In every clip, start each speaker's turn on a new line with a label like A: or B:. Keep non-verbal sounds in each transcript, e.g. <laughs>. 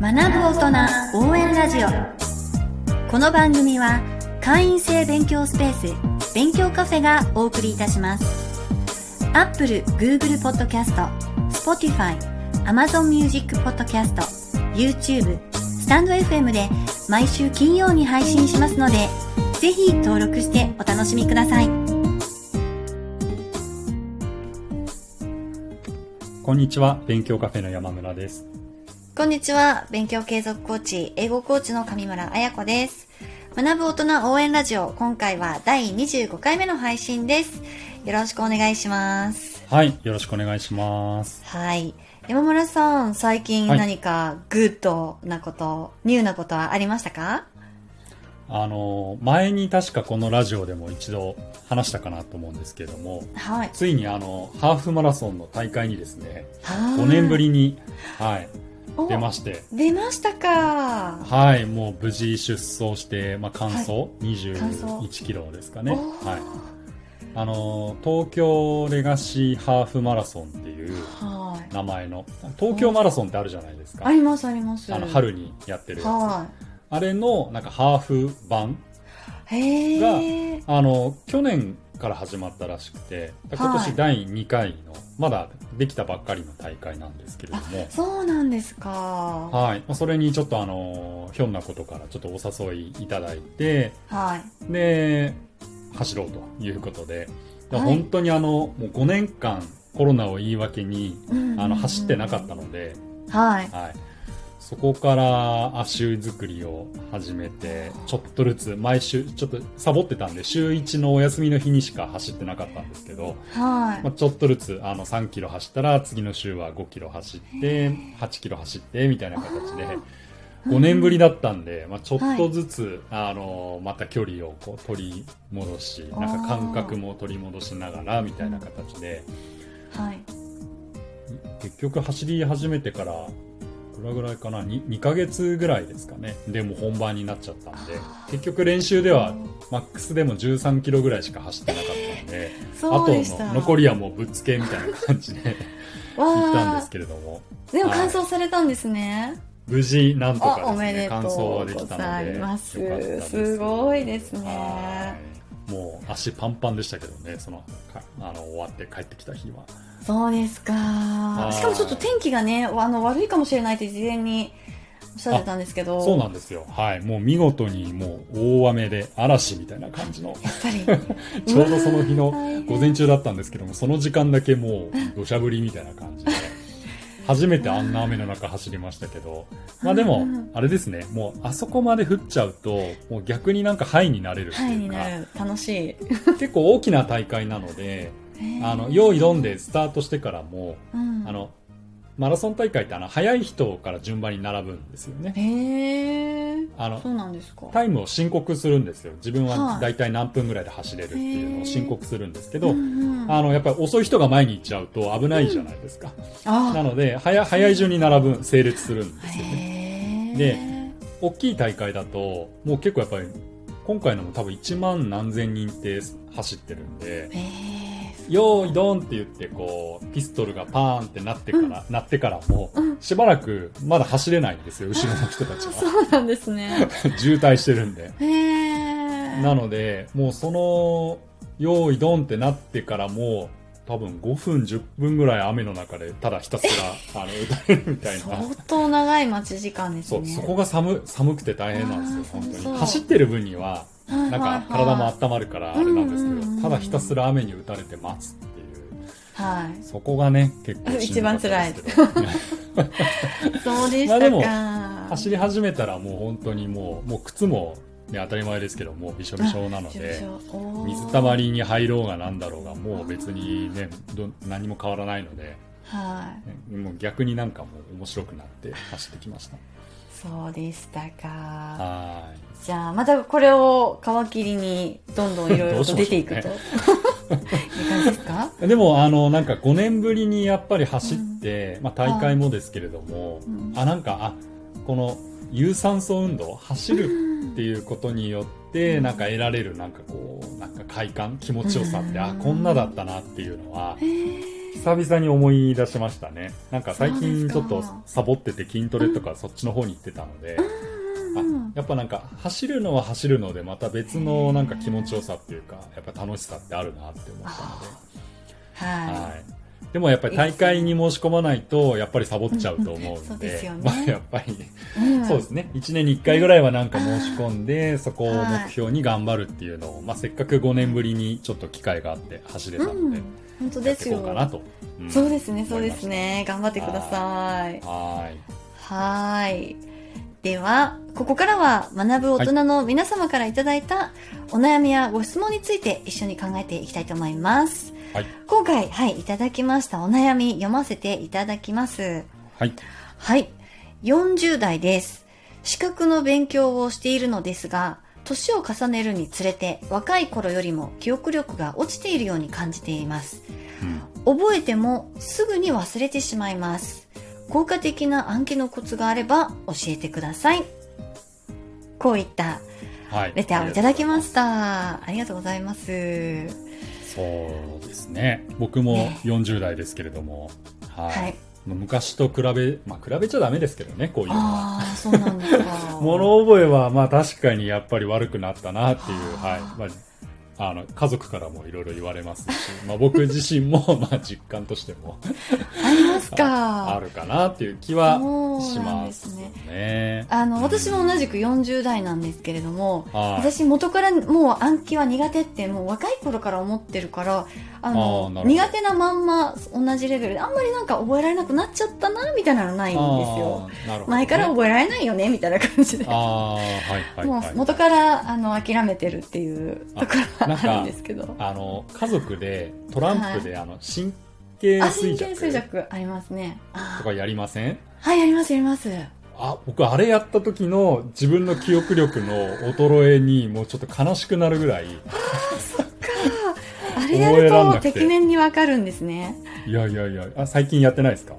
A: 学ぶ大人応援ラジオこの番組は会員制勉強スペース勉強カフェがお送りいたしますアップル、Google ポッドキャスト Spotify、Amazon Music ポッドキャスト YouTube、スタンド FM で毎週金曜に配信しますのでぜひ登録してお楽しみください
B: こんにちは、勉強カフェの山村です。
A: こんにちは。勉強継続コーチ、英語コーチの上村彩子です。学ぶ大人応援ラジオ、今回は第25回目の配信です。よろしくお願いします。
B: はい、よろしくお願いします。
A: はい。山村さん、最近
B: はい
A: 何かグッドなこと、ニューなことはありましたか
B: あの、前に確かこのラジオでも一度話したかなと思うんですけども、
A: はい。
B: ついにあの、ハーフマラソンの大会にですね、
A: 5
B: 5年ぶりに、はい、
A: に
B: 出まして、
A: 出ましたか。
B: はい、もう無事出走して、まあ、完走、
A: 完走
B: 21キロですかね。
A: おー
B: はい。あの、東京レガシーハーフマラソンっていう
A: はい。
B: 名前の、東京マラソンってあるじゃないですか
A: あ。りますあります。
B: あの、春にやってるやつ。
A: は
B: あれの、なんか、ハーフ版。
A: い。へえ。
B: あの、去年から始まったらしくて、今
A: はい
B: 年第2回の、まだできたばっかりの大会なんですけれども、
A: そうなんですか。
B: はい。まあそれにちょっとあの、ひょんなことからちょっとお誘いいただいて、
A: はい。
B: で、走ろうということで、で
A: はい
B: 本当にあの、もう5年間コロナを言い訳に、あの、走ってなかった
A: の。
B: ので、
A: はい。
B: はい、そこから足湯作りを始めてちょっとずつ毎週ちょっとサボってたんで週1のお休みの日にしか走ってなかったんですけど、
A: はい。
B: まあ、ちょっとずつあの3キロ走ったら次の週は5キロ走って8キロ走ってみたいな形で
A: あー
B: 5年ぶりだったんで、まあ、ちょっとずつ、あのまた距離をこう取り戻しなんか感覚も取り戻しながらみたいな形で
A: はい。
B: 結局走り始めてからどらぐらいかな 2, 2ヶ月ぐらいですかねでもう本番になっちゃったんで
A: あー
B: 結局練習ではマックスでも13キロぐらいしか走ってなかったんで、
A: そうでし
B: あと
A: た。
B: の残
A: り
B: りはもうぶっつけみたいな感じで <laughs> 行ったんですけれども
A: でも完走されたんですね。
B: 無事なんと
A: あ、お
B: かです
A: め
B: ね
A: でと
B: 完
A: う
B: 走はで
A: ご
B: きた
A: ざ
B: ので
A: います。
B: よかったです
A: すごいです
B: は
A: ね。
B: いもう足パンパンでしたけどねそのかあの終わって帰ってきた日は
A: そうですか。
B: い
A: しかもちょっと天気がね、あの悪いかもしれないって事前におっしゃってたんですけど。
B: そうなんですよ。はい。もう見事にもう大雨で嵐みたいな感じの、 <laughs>
A: やっぱり。
B: ちょうどその日の
A: うわー
B: 午前。中だったんですけども、その時間だけもう土砂降りみたいな感
A: <laughs>
B: じで、初めてあんな雨の中走りましたけど、まあで
A: う
B: も
A: ん、
B: あれですね、もうあそこまで降っちゃうと、もう逆になんかハイになれるって
A: はい、
B: い
A: に
B: うか、
A: なる。楽し
B: 結構大きな大会なので、
A: い。
B: あの、
A: よ、
B: 用意どんでスタートしてからも、
A: うん
B: あ、の、マラソン大会ってあの、早い人から順番に並ぶんですよね。
A: へえ。
B: あの
A: そ、うなんですか。
B: タイムを申告するんですよ自分
A: は
B: はい大体何分ぐらいで走れるっていうのを申告するんですけど、
A: うんうん
B: あのやっぱり遅い人が前に行っちゃうと危ないじゃないですか、
A: あ
B: なので早早い順に並ぶ整列するんですよね
A: へえ。
B: で大きい大会だともう結構やっぱり今回のも多分1万何千人って走ってるんで
A: へえ。
B: 「よーいドン!」って言ってこうピストルがパーンってなってから、なってからも
A: うん
B: しばらくまだ走れないんですよ後ろの人たち
A: あ
B: は
A: そうなんですね。
B: <laughs> 渋滞してるんで
A: へえ。
B: なので、もうその、用意ドンってなってからもう、多分5分、10分ぐらい雨の中で、ただひたす
A: <laughs>
B: ら、あの、歌えるみたいな。
A: 相当長い待ち時間です
B: そ
A: ね。
B: う、そこが寒、寒くて大変なんです
A: あー
B: よ、本当
A: そう
B: に。走ってる分には、
A: は
B: ないん
A: はいはい
B: か体も温まるからあれなんですけど、
A: うんうんうん
B: ただひたすら雨に打たれて待つっていう、
A: は
B: そこがね、結構しんどかったですけど
A: い。そうでし
B: まあでも
A: たか。
B: <laughs> 走り始めたらもう本当にもう、もう靴も、ね、当たり前ですけど、もうびしょびしょなので、水たま
A: り。
B: りに入ろうがなんだろうがもう別にねど何も変わらないので、
A: はい。
B: ねもう逆になんかもう面白くなって走ってきました
A: そうでしたか。
B: は
A: じゃあ、またこれを皮切りに、どんどんいろい
B: <laughs> ど
A: ろ
B: うし
A: と
B: まし
A: 出
B: ょうね
A: ていくと。 <laughs> いう感じですか
B: ーいでもあのなんか5年ぶりにやっぱり走って、まあ、大会もですけれども、
A: うん
B: あなんかあこの有酸素運動走るっていうことによって、
A: うん
B: なんか得られるなんかこうなんか快感気持ちよさって、
A: うん
B: あこんなだったなっていうのは
A: へー
B: 久々に思い出しましたね。なんか最
A: そう
B: 近
A: です
B: ち
A: か
B: ょっとサボってて筋トレとかそっちの方に行ってたので、
A: う
B: あ
A: んうん
B: やっぱなんか走るのは走るのでまた別のなんか気持ちよさっていうか、やっぱ楽しさってあるなって思ったので。
A: は
B: はい。でもやっぱり大会に申し込まないと、やっぱりサボっちゃうと思
A: <laughs> うんうんそううんです
B: で
A: よね、
B: まあやっぱり、
A: い。うん
B: そうですね。1年に1回ぐらいはなんか申し込んで、そこを
A: はい
B: 目標に頑張るっていうのを、まあせっかく5年ぶりにちょっと機会があって走れたの
A: うん
B: で、
A: 本当
B: や
A: で
B: って
A: す
B: いこ
A: よ
B: う。かなと。うん
A: そうですね、そうですね。頑張ってください。
B: はーい。
A: はーい。では、ここからは学ぶ大人の皆様からいただいたお悩みやご質問について一緒に考えていきたいと思います。
B: はい。
A: 今回、はい、いただきましたお悩み読ませていただきます。
B: はい。
A: はい。40代です。資格の勉強をしているのですが、年を重ねるにつれて若い頃よりも記憶力が落ちているように感じています。
B: うん
A: 覚えてもすぐに忘れてしまいます。効果的な暗記のコツがあれば教えてください。こういった
B: はい。
A: レターをいただきました。ありがとうございます。
B: そうですね。僕も
A: ね
B: 40代ですけれども、はい。
A: はい。
B: 昔と比べ、まあ比べちゃダメですけどね、こういうのは。
A: ああ、そうなんですか。
B: <laughs> 物覚えはまあ確かにやっぱり悪くなったなっていう、
A: は
B: は
A: あ
B: いまあ、あの家族からもいろいろ言われますし、まあ、僕自身も <laughs> まあ実感としても
A: あります
B: あ
A: か。
B: るかなっていう気は
A: そう
B: し
A: なん
B: ま
A: ですす
B: ね
A: ね。。あの、私も同じく40代なんですけれども、
B: はい
A: 私元からもう暗記は苦手ってもう若い頃から思ってるからあの
B: あーなるほど
A: 苦手なまんま同じレベルであんまりなんか覚えられなくなっちゃったなみたいなのないんですよ、
B: あーなるほどね
A: 前から覚えられないよねみたいな感じで、
B: あーはいはい、
A: も
B: は
A: う
B: い、
A: 元からあの諦めてるっていうところ
B: あなんか
A: はあるんですけど
B: あの家族でトランプで、あの神経
A: あ神
B: 衰
A: 経衰
B: 弱
A: 弱ありますねあ
B: とかやりません
A: はいやりますやります
B: あ、僕あれやった時の自分の記憶力の衰えにもうちょっと悲しくなるぐらい、
A: あれや
B: 覚え
A: る
B: らんな
A: と
B: くて
A: 適面にわかるんですね
B: いやいやいや、あ最近やってないですか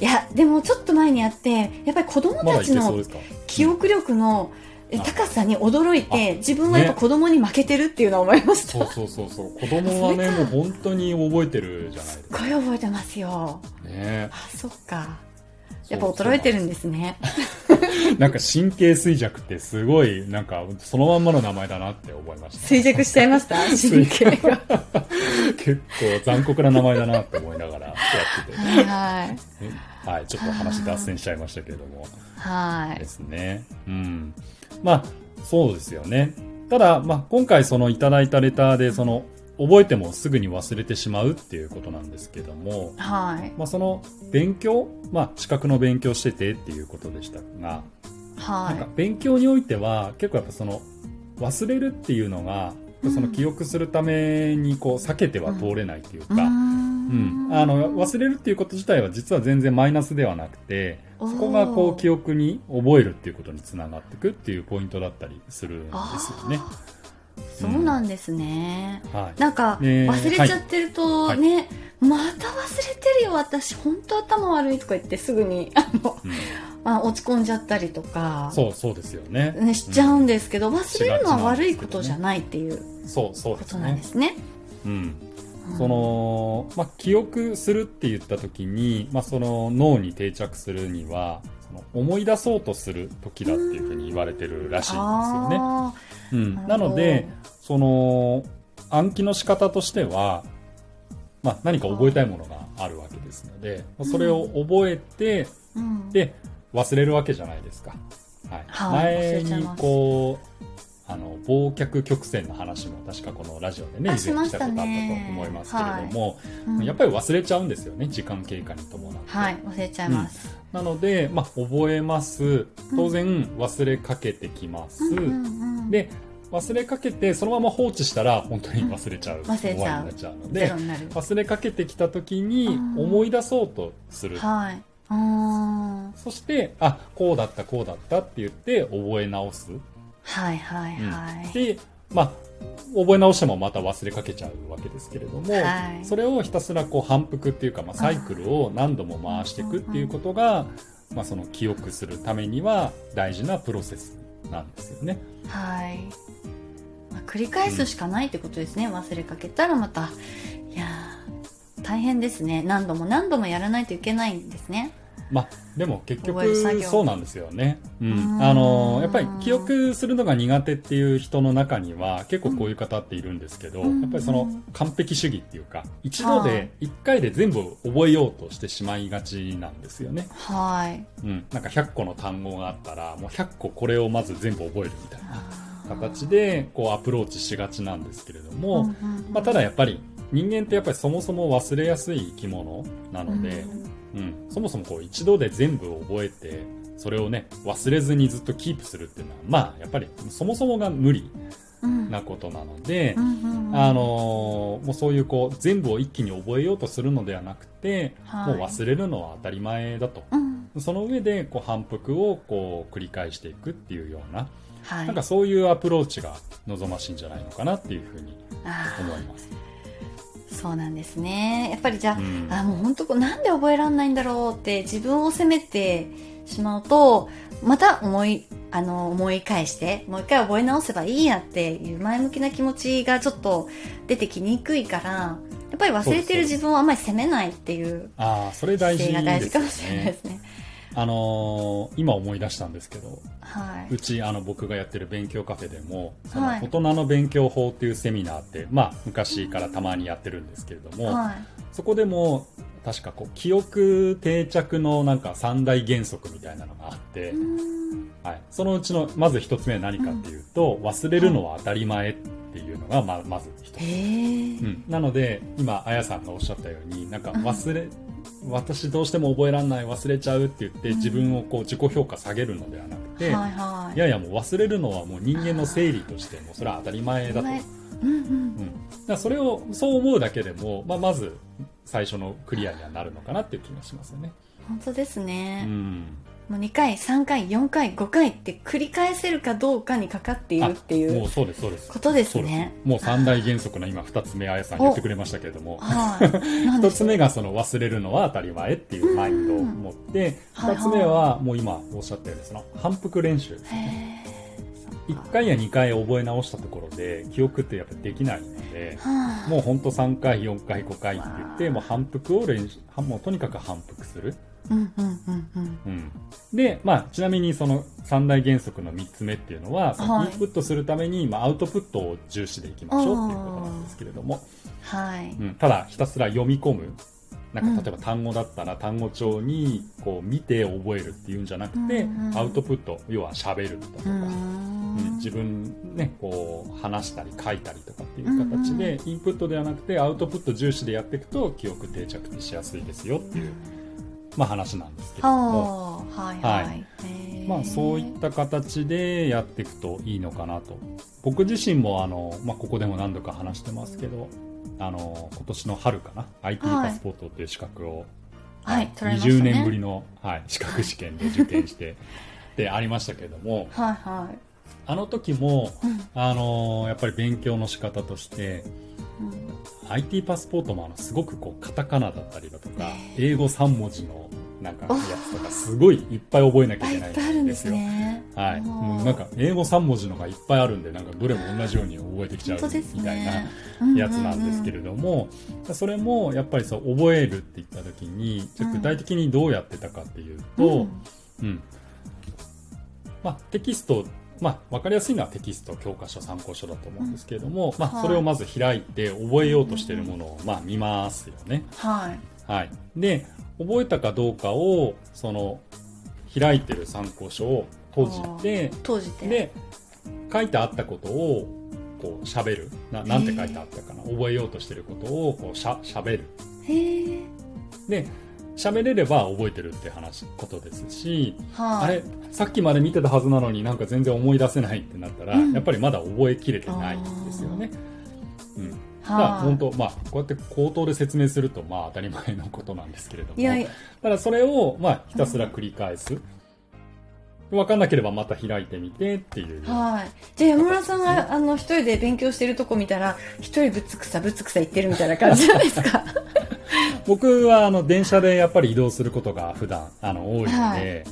A: いやでもちょっと前にやってやっぱり子供
B: まだ
A: た
B: い
A: ち
B: け
A: の
B: そうですか
A: 記憶力のえ
B: あ
A: 高さに驚いて
B: あ
A: 自分はやっぱ子供に負けてるっていうのは思いました、
B: そうそうそうそう。
A: <laughs>
B: 子供は
A: それ
B: ね、もう本当に覚えてるじゃないです
A: 声覚えてますよ
B: か。ね
A: あそっかやっぱ衰えてるんですね
B: そうなんか神経衰弱ってすごい、なんかそのまんまの名前だなって思いました。
A: 衰弱しちゃいました
B: <laughs>
A: 神経が
B: 結構残酷な名前だなって思いながらやってて。
A: はいはい
B: ねはい、ちょっと話脱線しちゃいましたけれども。
A: は
B: で
A: い
B: すね。うん。まあ、そうですよね。ただ、まあ、今回そのいただいたレターで、その、覚えてもすぐに忘れてしまうっていうことなんですけども、
A: はい
B: まあ、その勉強、まあ、資格の勉強しててっていうことでしたが、
A: は
B: なんか勉強においては結構やっぱその忘れるっていうのが、
A: うん
B: その記憶するためにこう避けては通れないというか、
A: いうー
B: う
A: ん
B: んあの忘れるっていうこと自体は実は全然マイナスではなくて
A: おー
B: そこがこう記憶に覚えるっていうことにつながっていくっていうポイントだったりするんですよね。
A: あーそうなんですね、
B: はい、
A: なんか
B: ね
A: 忘れちゃってると
B: はい
A: ね、また忘れてるよ私本当頭悪いとか言ってすぐにあの
B: うん
A: まあ、落ち込んじゃったりとか、
B: そうそうですよね。
A: ね、しちゃうんですけど、忘れるのは
B: しがちなん
A: 悪
B: ですけどね
A: いことじゃないっていう
B: そうそう
A: こ
B: で
A: と
B: す
A: なん
B: ね
A: で。すね。
B: うん
A: うん
B: その、まあ、記憶するって言った時に、まあ、その脳に定着するにはその思い出そうとする時だっていうふうに言われてるらしいんですよね。
A: あ
B: うん、
A: ー
B: なので、その暗記の仕方としては、まあ、何か覚えたいものがあるわけですので、まあそれを覚え
A: な
B: て
A: るほどうん、
B: で忘れるわけじゃないですか。はい
A: はい忘れ
B: 前
A: ちゃい
B: に
A: ます
B: こうあの忘却曲線の話も確かこのラジオでね
A: あ
B: 以前
A: しま
B: し
A: したた
B: ことあったと
A: ね
B: 思いますけれども、
A: うん
B: やっぱり忘れちゃうんですよね時間経過に伴って、
A: はい、忘れちゃいます。
B: なので、まあ、覚えます当然忘れかけてきます、
A: うんうんうん、
B: で忘れかけてそのまま放置したら本当に忘れちゃう、
A: ん忘れちゃう
B: 終わりになっちゃうの
A: ゼ
B: で
A: ロになる。
B: 忘れかけてきた時に
A: うん
B: 思い出そうとする、
A: はい。うーん
B: そしてあこうだったこうだったって言って覚え直す、
A: はいはい
B: うん
A: はい。
B: でまあ覚え直してもまた忘れかけちゃうわけですけれども、
A: はい
B: それをひたすらこう反復っていうか、まあ、サイクルを何度も回していくっていうことが、まあ、その記憶するためには大事なプロセスなんですよね。
A: はい。まあ、繰り返すしかないってことですね。忘れかけたらまた。いやー大変ですね何度も何度もやらないといけないんですね
B: まあ、でも結
A: 覚える作
B: 局
A: 業
B: そうなんですよね、うん
A: うん
B: あのやっぱり記憶するのが苦手っていう人の中には結構こういう方っているんですけど、
A: うん
B: やっぱりその完璧主義っていうか一度で一回で全部覚えようとしてしまいがちなんですよね、
A: はい
B: うん、なんか100個の単語があったらもう100個これをまず全部覚えるみたいな形でこうアプローチしがちなんですけれども、まあ、ただやっぱり人間ってやっぱりそもそも忘れやすい生き物なので、うん、そもそもこう一度で全部覚えてそれをね忘れずにずっとキープするっていうのはまあやっぱりそもそもが無理なことなので、あのーもうそういうこう全部を一気に覚えようとするのではなくて、
A: はい
B: もう忘れるのは当たり前だとその上でこう反復をこう繰り返していくっていうような,、なんかそういうアプローチが望ましいんじゃないのかなっていうふうに思います。
A: そうなんですねやっぱりじゃあ,、
B: うん
A: あもう本当こうなんで覚えられないんだろうって自分を責めてしまうとまた思いあの思い返してもう一回覚え直せばいいやっていう前向きな気持ちがちょっと出てきにくいからやっぱり忘れてる自分をあんまり責めないっていう
B: ああそれ大
A: 姿勢
B: 事
A: が大事かもしれない
B: で
A: です
B: よ
A: すね。
B: あのー今思い出したんですけど
A: はいう
B: ちあの僕がやってる勉強カフェでもその
A: はい
B: 大人の勉強法っていうセミナーって、まあ、昔からたまにやってるんですけれども、
A: はい
B: そこでも確かこう記憶定着のなんか三大原則みたいなのがあって、
A: うん
B: はい、そのうちのまず一つ目は何かっていうと、忘れるのは当たり前っていうのがままず一つ
A: へえ
B: うん、なので今あやさんがおっしゃったようになんか忘れ、私どうしても覚えられない忘れちゃうって言って自分をこう自己評価下げるのではなくて、
A: はいはい
B: いやいやもう忘れるのはもう人間の生理としてもうそれは当たり前だと、うん、だ
A: 前
B: か
A: うんうん
B: らそれをそう思うだけでも、まあ、まず最初のクリアにはなるのかなっていう気がしますよね。
A: 本当です
B: う
A: ね、
B: ん
A: もう2回3回4回5回って繰り返せるかどうかにかかってい
B: あ
A: るってい
B: もう
A: う
B: そうですそうです
A: ことです
B: そうです
A: ね
B: もう三大原則の今二つ目あやさん言ってくれましたけれども
A: はいなんで
B: 一
A: す
B: <laughs> つ目がその忘れるのは当たり前っていうマインドを持って、
A: はいはい
B: 二つ目はもう今おっしゃったようにその反復練習。
A: へえ
B: 一回や二回覚え直したところで記憶ってやっぱできないので、
A: はあ
B: もうほんと3回、4回、5回って言って、もう反復を練習、はもうとにかく反復する。
A: うんうんうんうん
B: うん。で、まあちなみにその三大原則の3つ目っていうのは、その
A: は
B: イ
A: い
B: ンプットするために、まあアウトプットを重視でいきましょうっていうことなんですけれども、
A: はい
B: うん、ただひたすら読み込むなん
A: うん
B: か例えば単語だったら単語帳にこう見て覚えるっていうんじゃなくて、
A: うんうん
B: アウトプット要は喋ると
A: うー
B: か、うん
A: ん
B: 自分ねこう話したり書いたりとかっていう形で、インプットではなくてアウトプット重視でやっていくと記憶定着しやすいですよっていう、まあ、話なんですけれども。
A: はあはいはい、
B: は
A: へえ
B: まあ、そういった形でやっていくといいのかなと僕自身もあの、まあ、ここでも何度か話してますけどあの今年の春かな IT
A: はい
B: パスポートという資格を、
A: はい
B: あの
A: 取られましたね
B: 20年ぶりの、はい、資格試験で受験してでありましたけれども
A: はいは
B: あの時も
A: いうん
B: あのやっぱり勉強の仕方として
A: うん
B: IT パスポートもあのすごくこうカタカナだったりだとか
A: ね
B: 英語3文字のなんかやつとかすごいいっぱい覚えなきゃいけ
A: い
B: ない
A: っぱいあるんです
B: よ。
A: ね
B: はい、
A: おー
B: もうなんか英語3文字のがいっぱいあるんでなんかどれも同じように覚えてきちゃ
A: 本
B: う
A: 当ですね
B: みたいなやつなんですけ
A: ど
B: れども、それもやっぱりそう覚えるって言った時にじゃあ具体的にどうやってたかっていうと、うんまあ、テキスト、まあ、分かりやすいのはテキスト教科書参考書だと思うんですけれども、ま
A: は
B: あ、
A: い
B: それをまず開いて覚えようとしているものを、まあ、見ますよね。
A: はい
B: はい、で覚えたかどうかをその開いてる参考書を閉じて
A: 当時って
B: で書いてあったことをこう喋るななんて書いてあったかな覚えようとしてることをこうしゃ喋る
A: へえ
B: で喋れれば覚えてるって話ことですし、
A: はい
B: あれさっきまで見てたはずなのになんか全然思い出せないってなったら、
A: うん
B: やっぱりまだ覚えきれてないんですよね。うん、だから
A: はい
B: 本当まあこうやって口頭で説明するとまあ当たり前のことなんですけれども
A: いやいや
B: ただそれを、まあ、ひたすら繰り返す。分かんなければまた開いてみてっていう。
A: はい。じゃあ山村さん
B: そうです
A: が、あの、一人で勉強してるとこ見たら、一人ぶつくさぶつくさ言ってるみたいな感じじゃないですか。
B: 僕はあの電車でやっぱり移動することが普段あの多いので、
A: はい <laughs> はい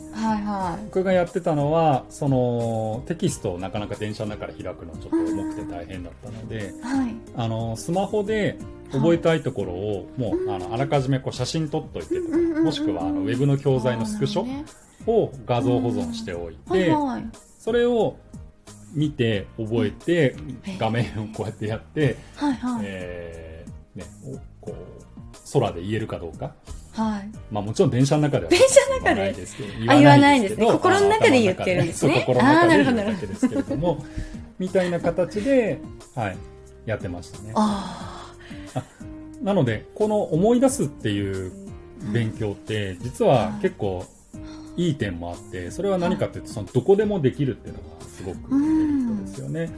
A: はい。
B: 僕がやってたのはそのテキストをなかなか電車の中で開くのちょっと重くて大変だったので、
A: はい。
B: あのスマホで覚えたいところをもう、あのあらかじめこう写真撮っといてとか、もしくはあのウェブの教材のスクショを画像保存しておい
A: はい
B: て、
A: はい
B: それを見て覚えて画面をこうやってやって、
A: はいはい
B: えーね、おこう空で言えるかどうか、
A: はい
B: まあ、もちろん電車の中では
A: 電車の中で
B: 言わないですけど
A: あ
B: 言わないですけど
A: 言わないんですね心の中で言ってるんですね
B: そう心の中
A: あーな
B: で
A: る
B: 言
A: ほ
B: う
A: どなる
B: だ
A: ほ
B: けですけれどもみたいな形で、はい、やってましたね。
A: あ
B: なのでこの思い出すっていう勉強って実は結構いい点もあってそれは何かっていうとそのどこでもできるっていうのがすごくメリットですよね。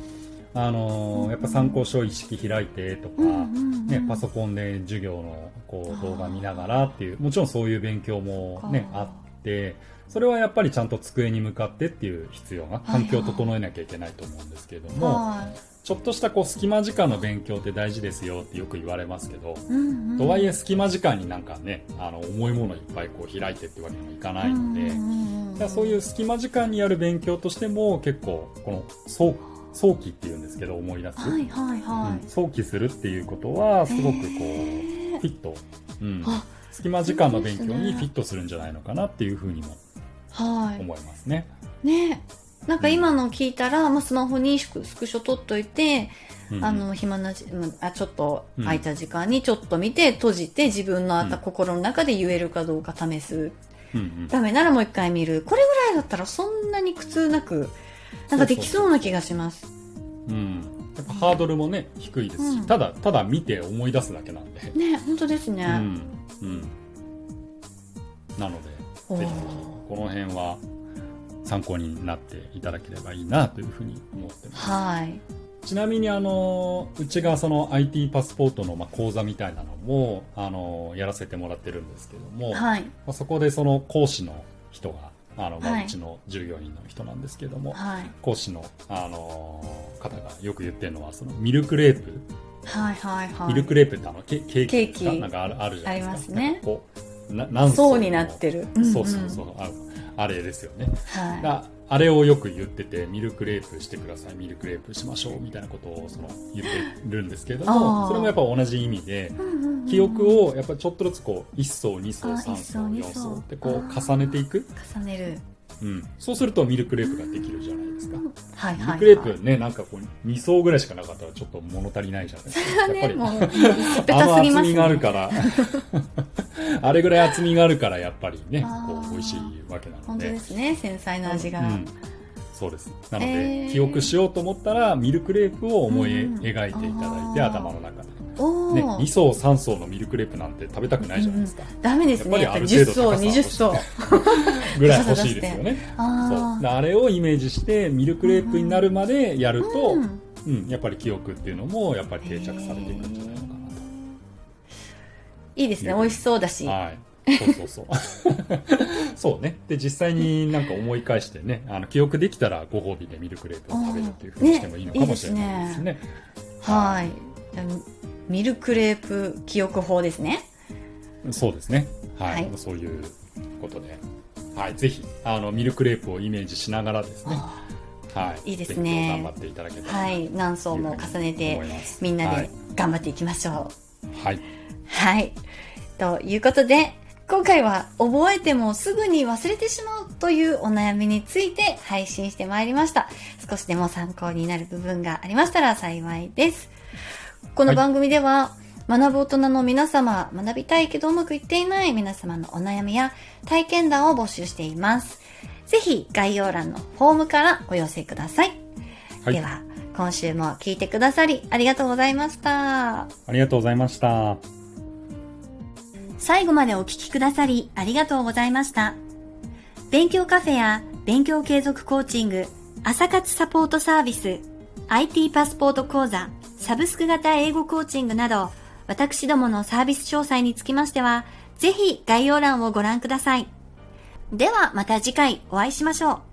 B: あのーやっぱ参考書を意識開いてとか、
A: ーうんうんうん
B: ね、パソコンで授業のこ
A: あー
B: う動画見ながらっていうもちろんそういう勉強も、ね、
A: あー
B: あってそれはやっぱりちゃんと机に向かってっていう必要が
A: いはい
B: 環境を整えなきゃいけないと思うんですけれども、
A: は
B: ちょっとしたこう隙間時間の勉強って大事ですよってよく言われますけど、
A: いうんうん
B: とはいえ隙間時間になんかねあの重いものいっぱいこう開いてってわけにもいかないので、
A: うんうんうん
B: だからそういう隙間時間にやる勉強としても結構この早早期っていうんですけど思い出す、
A: はいはいは
B: う
A: い
B: ん早期するっていうことはすごくこう、
A: へー
B: フィット、うん
A: あ
B: 隙間時間の勉強にフィットするんじゃないのかなっていうふうにも
A: はい
B: 思いますね。
A: ねなんか今のを聞いたら、まあ、スマホにスクスクショ取っといて、
B: うん
A: あの暇なじうんあちょっと
B: うん
A: 空いた時間にちょっと見て閉じて自分のあった
B: うん
A: 心の中で言えるかどうか試す、
B: うんうん
A: ダメならもう一回見るこれぐらいだったらそんなに苦痛なくなんかできそうな気がします
B: うんやっぱハードルもね低いですし、
A: うん
B: ただただ見て思い出すだけなんで、
A: ね本当ですね、
B: うんうん、なので
A: おー
B: ぜひぜひこの辺は参考になっていただければいいなというふうに思ってます
A: はい
B: ちなみにあのうちがその IT パスポートのまあ講座みたいなのもあのやらせてもらってるんですけども、ま
A: はい
B: あ、そこでその講師の人があの、まあ
A: はいう
B: ちの従業員の人なんですけども、
A: はい
B: 講師の、あの方がよく言ってるのはそのミルクレープ
A: はいはいはい
B: ミルクレープってあのケケーキですか
A: ケーキ
B: なんかあるあるじゃないですか
A: ありますね
B: なんかこうな何層も
A: そうになってる、
B: そうそうそううああれですよね
A: んうんは
B: があれをよく言っててミルクレープしてくださいミルクレープしましょうみたいなことをその言ってるんですけれど
A: あー
B: もそれもやっぱ同じ意味で
A: いうんうんうん
B: 記憶をやっぱちょっとずつこう1層2層
A: あ
B: 3層
A: 一
B: 4
A: 層
B: 層って
A: 二
B: こ
A: 層
B: う重ねていく、
A: 重ねる
B: うん、そうするとミルクレープができるじゃないですか
A: はい
B: ミル
A: はい、
B: クレープねなんかこう2層ぐらいしかなかったらちょっと物足りないじゃないですかやっぱ
A: <laughs> ね、
B: り
A: もう、すっぺた
B: あ
A: すぎ
B: の
A: ます、
B: 厚み
A: ね。
B: があるから、 <laughs> あれぐらい厚みがあるから、やっぱりね
A: あ、ー
B: こう美味しいわけなの
A: 本当
B: で。
A: ですね、繊細な味が。
B: うんそうです。なので、
A: えー
B: 記憶しようと思ったら、ミルクレープを思い
A: うん
B: 描いていただいて、
A: あー
B: 頭の中で。
A: おお、
B: ね、2層、3層のミルクレープなんて食べたくないじゃないですか。
A: ダメですね。
B: やっぱりある
A: 10
B: 程度
A: 層、
B: 高さを
A: 20層。
B: <laughs> ぐらい欲しいです
A: <laughs>
B: よね。
A: あ
B: そう。
A: あ。
B: あれをイメージして、ミルクレープになるまでやると、
A: う
B: うんん、やっぱり記憶っていうのも、やっぱり定着されていくんじゃないのかなと。
A: いいですね。美味しそうだし。
B: はい。そうそう <laughs> そう。そうね。で、実際になんか思い返してね、あの、記憶できたらご褒美でミルクレープを食べるっていうふうにしてもいいのかもしれないですね。
A: はい。じゃあミルクレープ記憶法ですね。
B: そうですね。はい。
A: はい
B: そういうことで。はい。ぜひ、あの、ミルクレープをイメージしながらですね。はい。
A: いいですね
B: 勉強頑張っていただけたら
A: は
B: と
A: い。何層も重ね
B: 思い
A: て、
B: ます。
A: みんなで頑張っていきましょ
B: はい。はい。
A: う。はい。ということで、今回は覚えてもすぐに忘れてしまうというお悩みについて配信してまいりました。少しでも参考になる部分がありましたら幸いです。この番組では、学ぶ大人の皆様、学びたいけどうまくいっていない皆様のお悩みや体験談を募集しています。ぜひ概要欄のフォームからお寄せください。
B: はい
A: では、今週も聞いてくださりありがとうございました。
B: ありがとうございました。
C: 最後までお聞きくださりありがとうございました。勉強カフェや勉強継続コーチング、朝活サポートサービス、IT パスポート講座、サブスク型英語コーチングなど、私どものサービス詳細につきましては、ぜひ概要欄をご覧ください。ではまた次回お会いしましょう。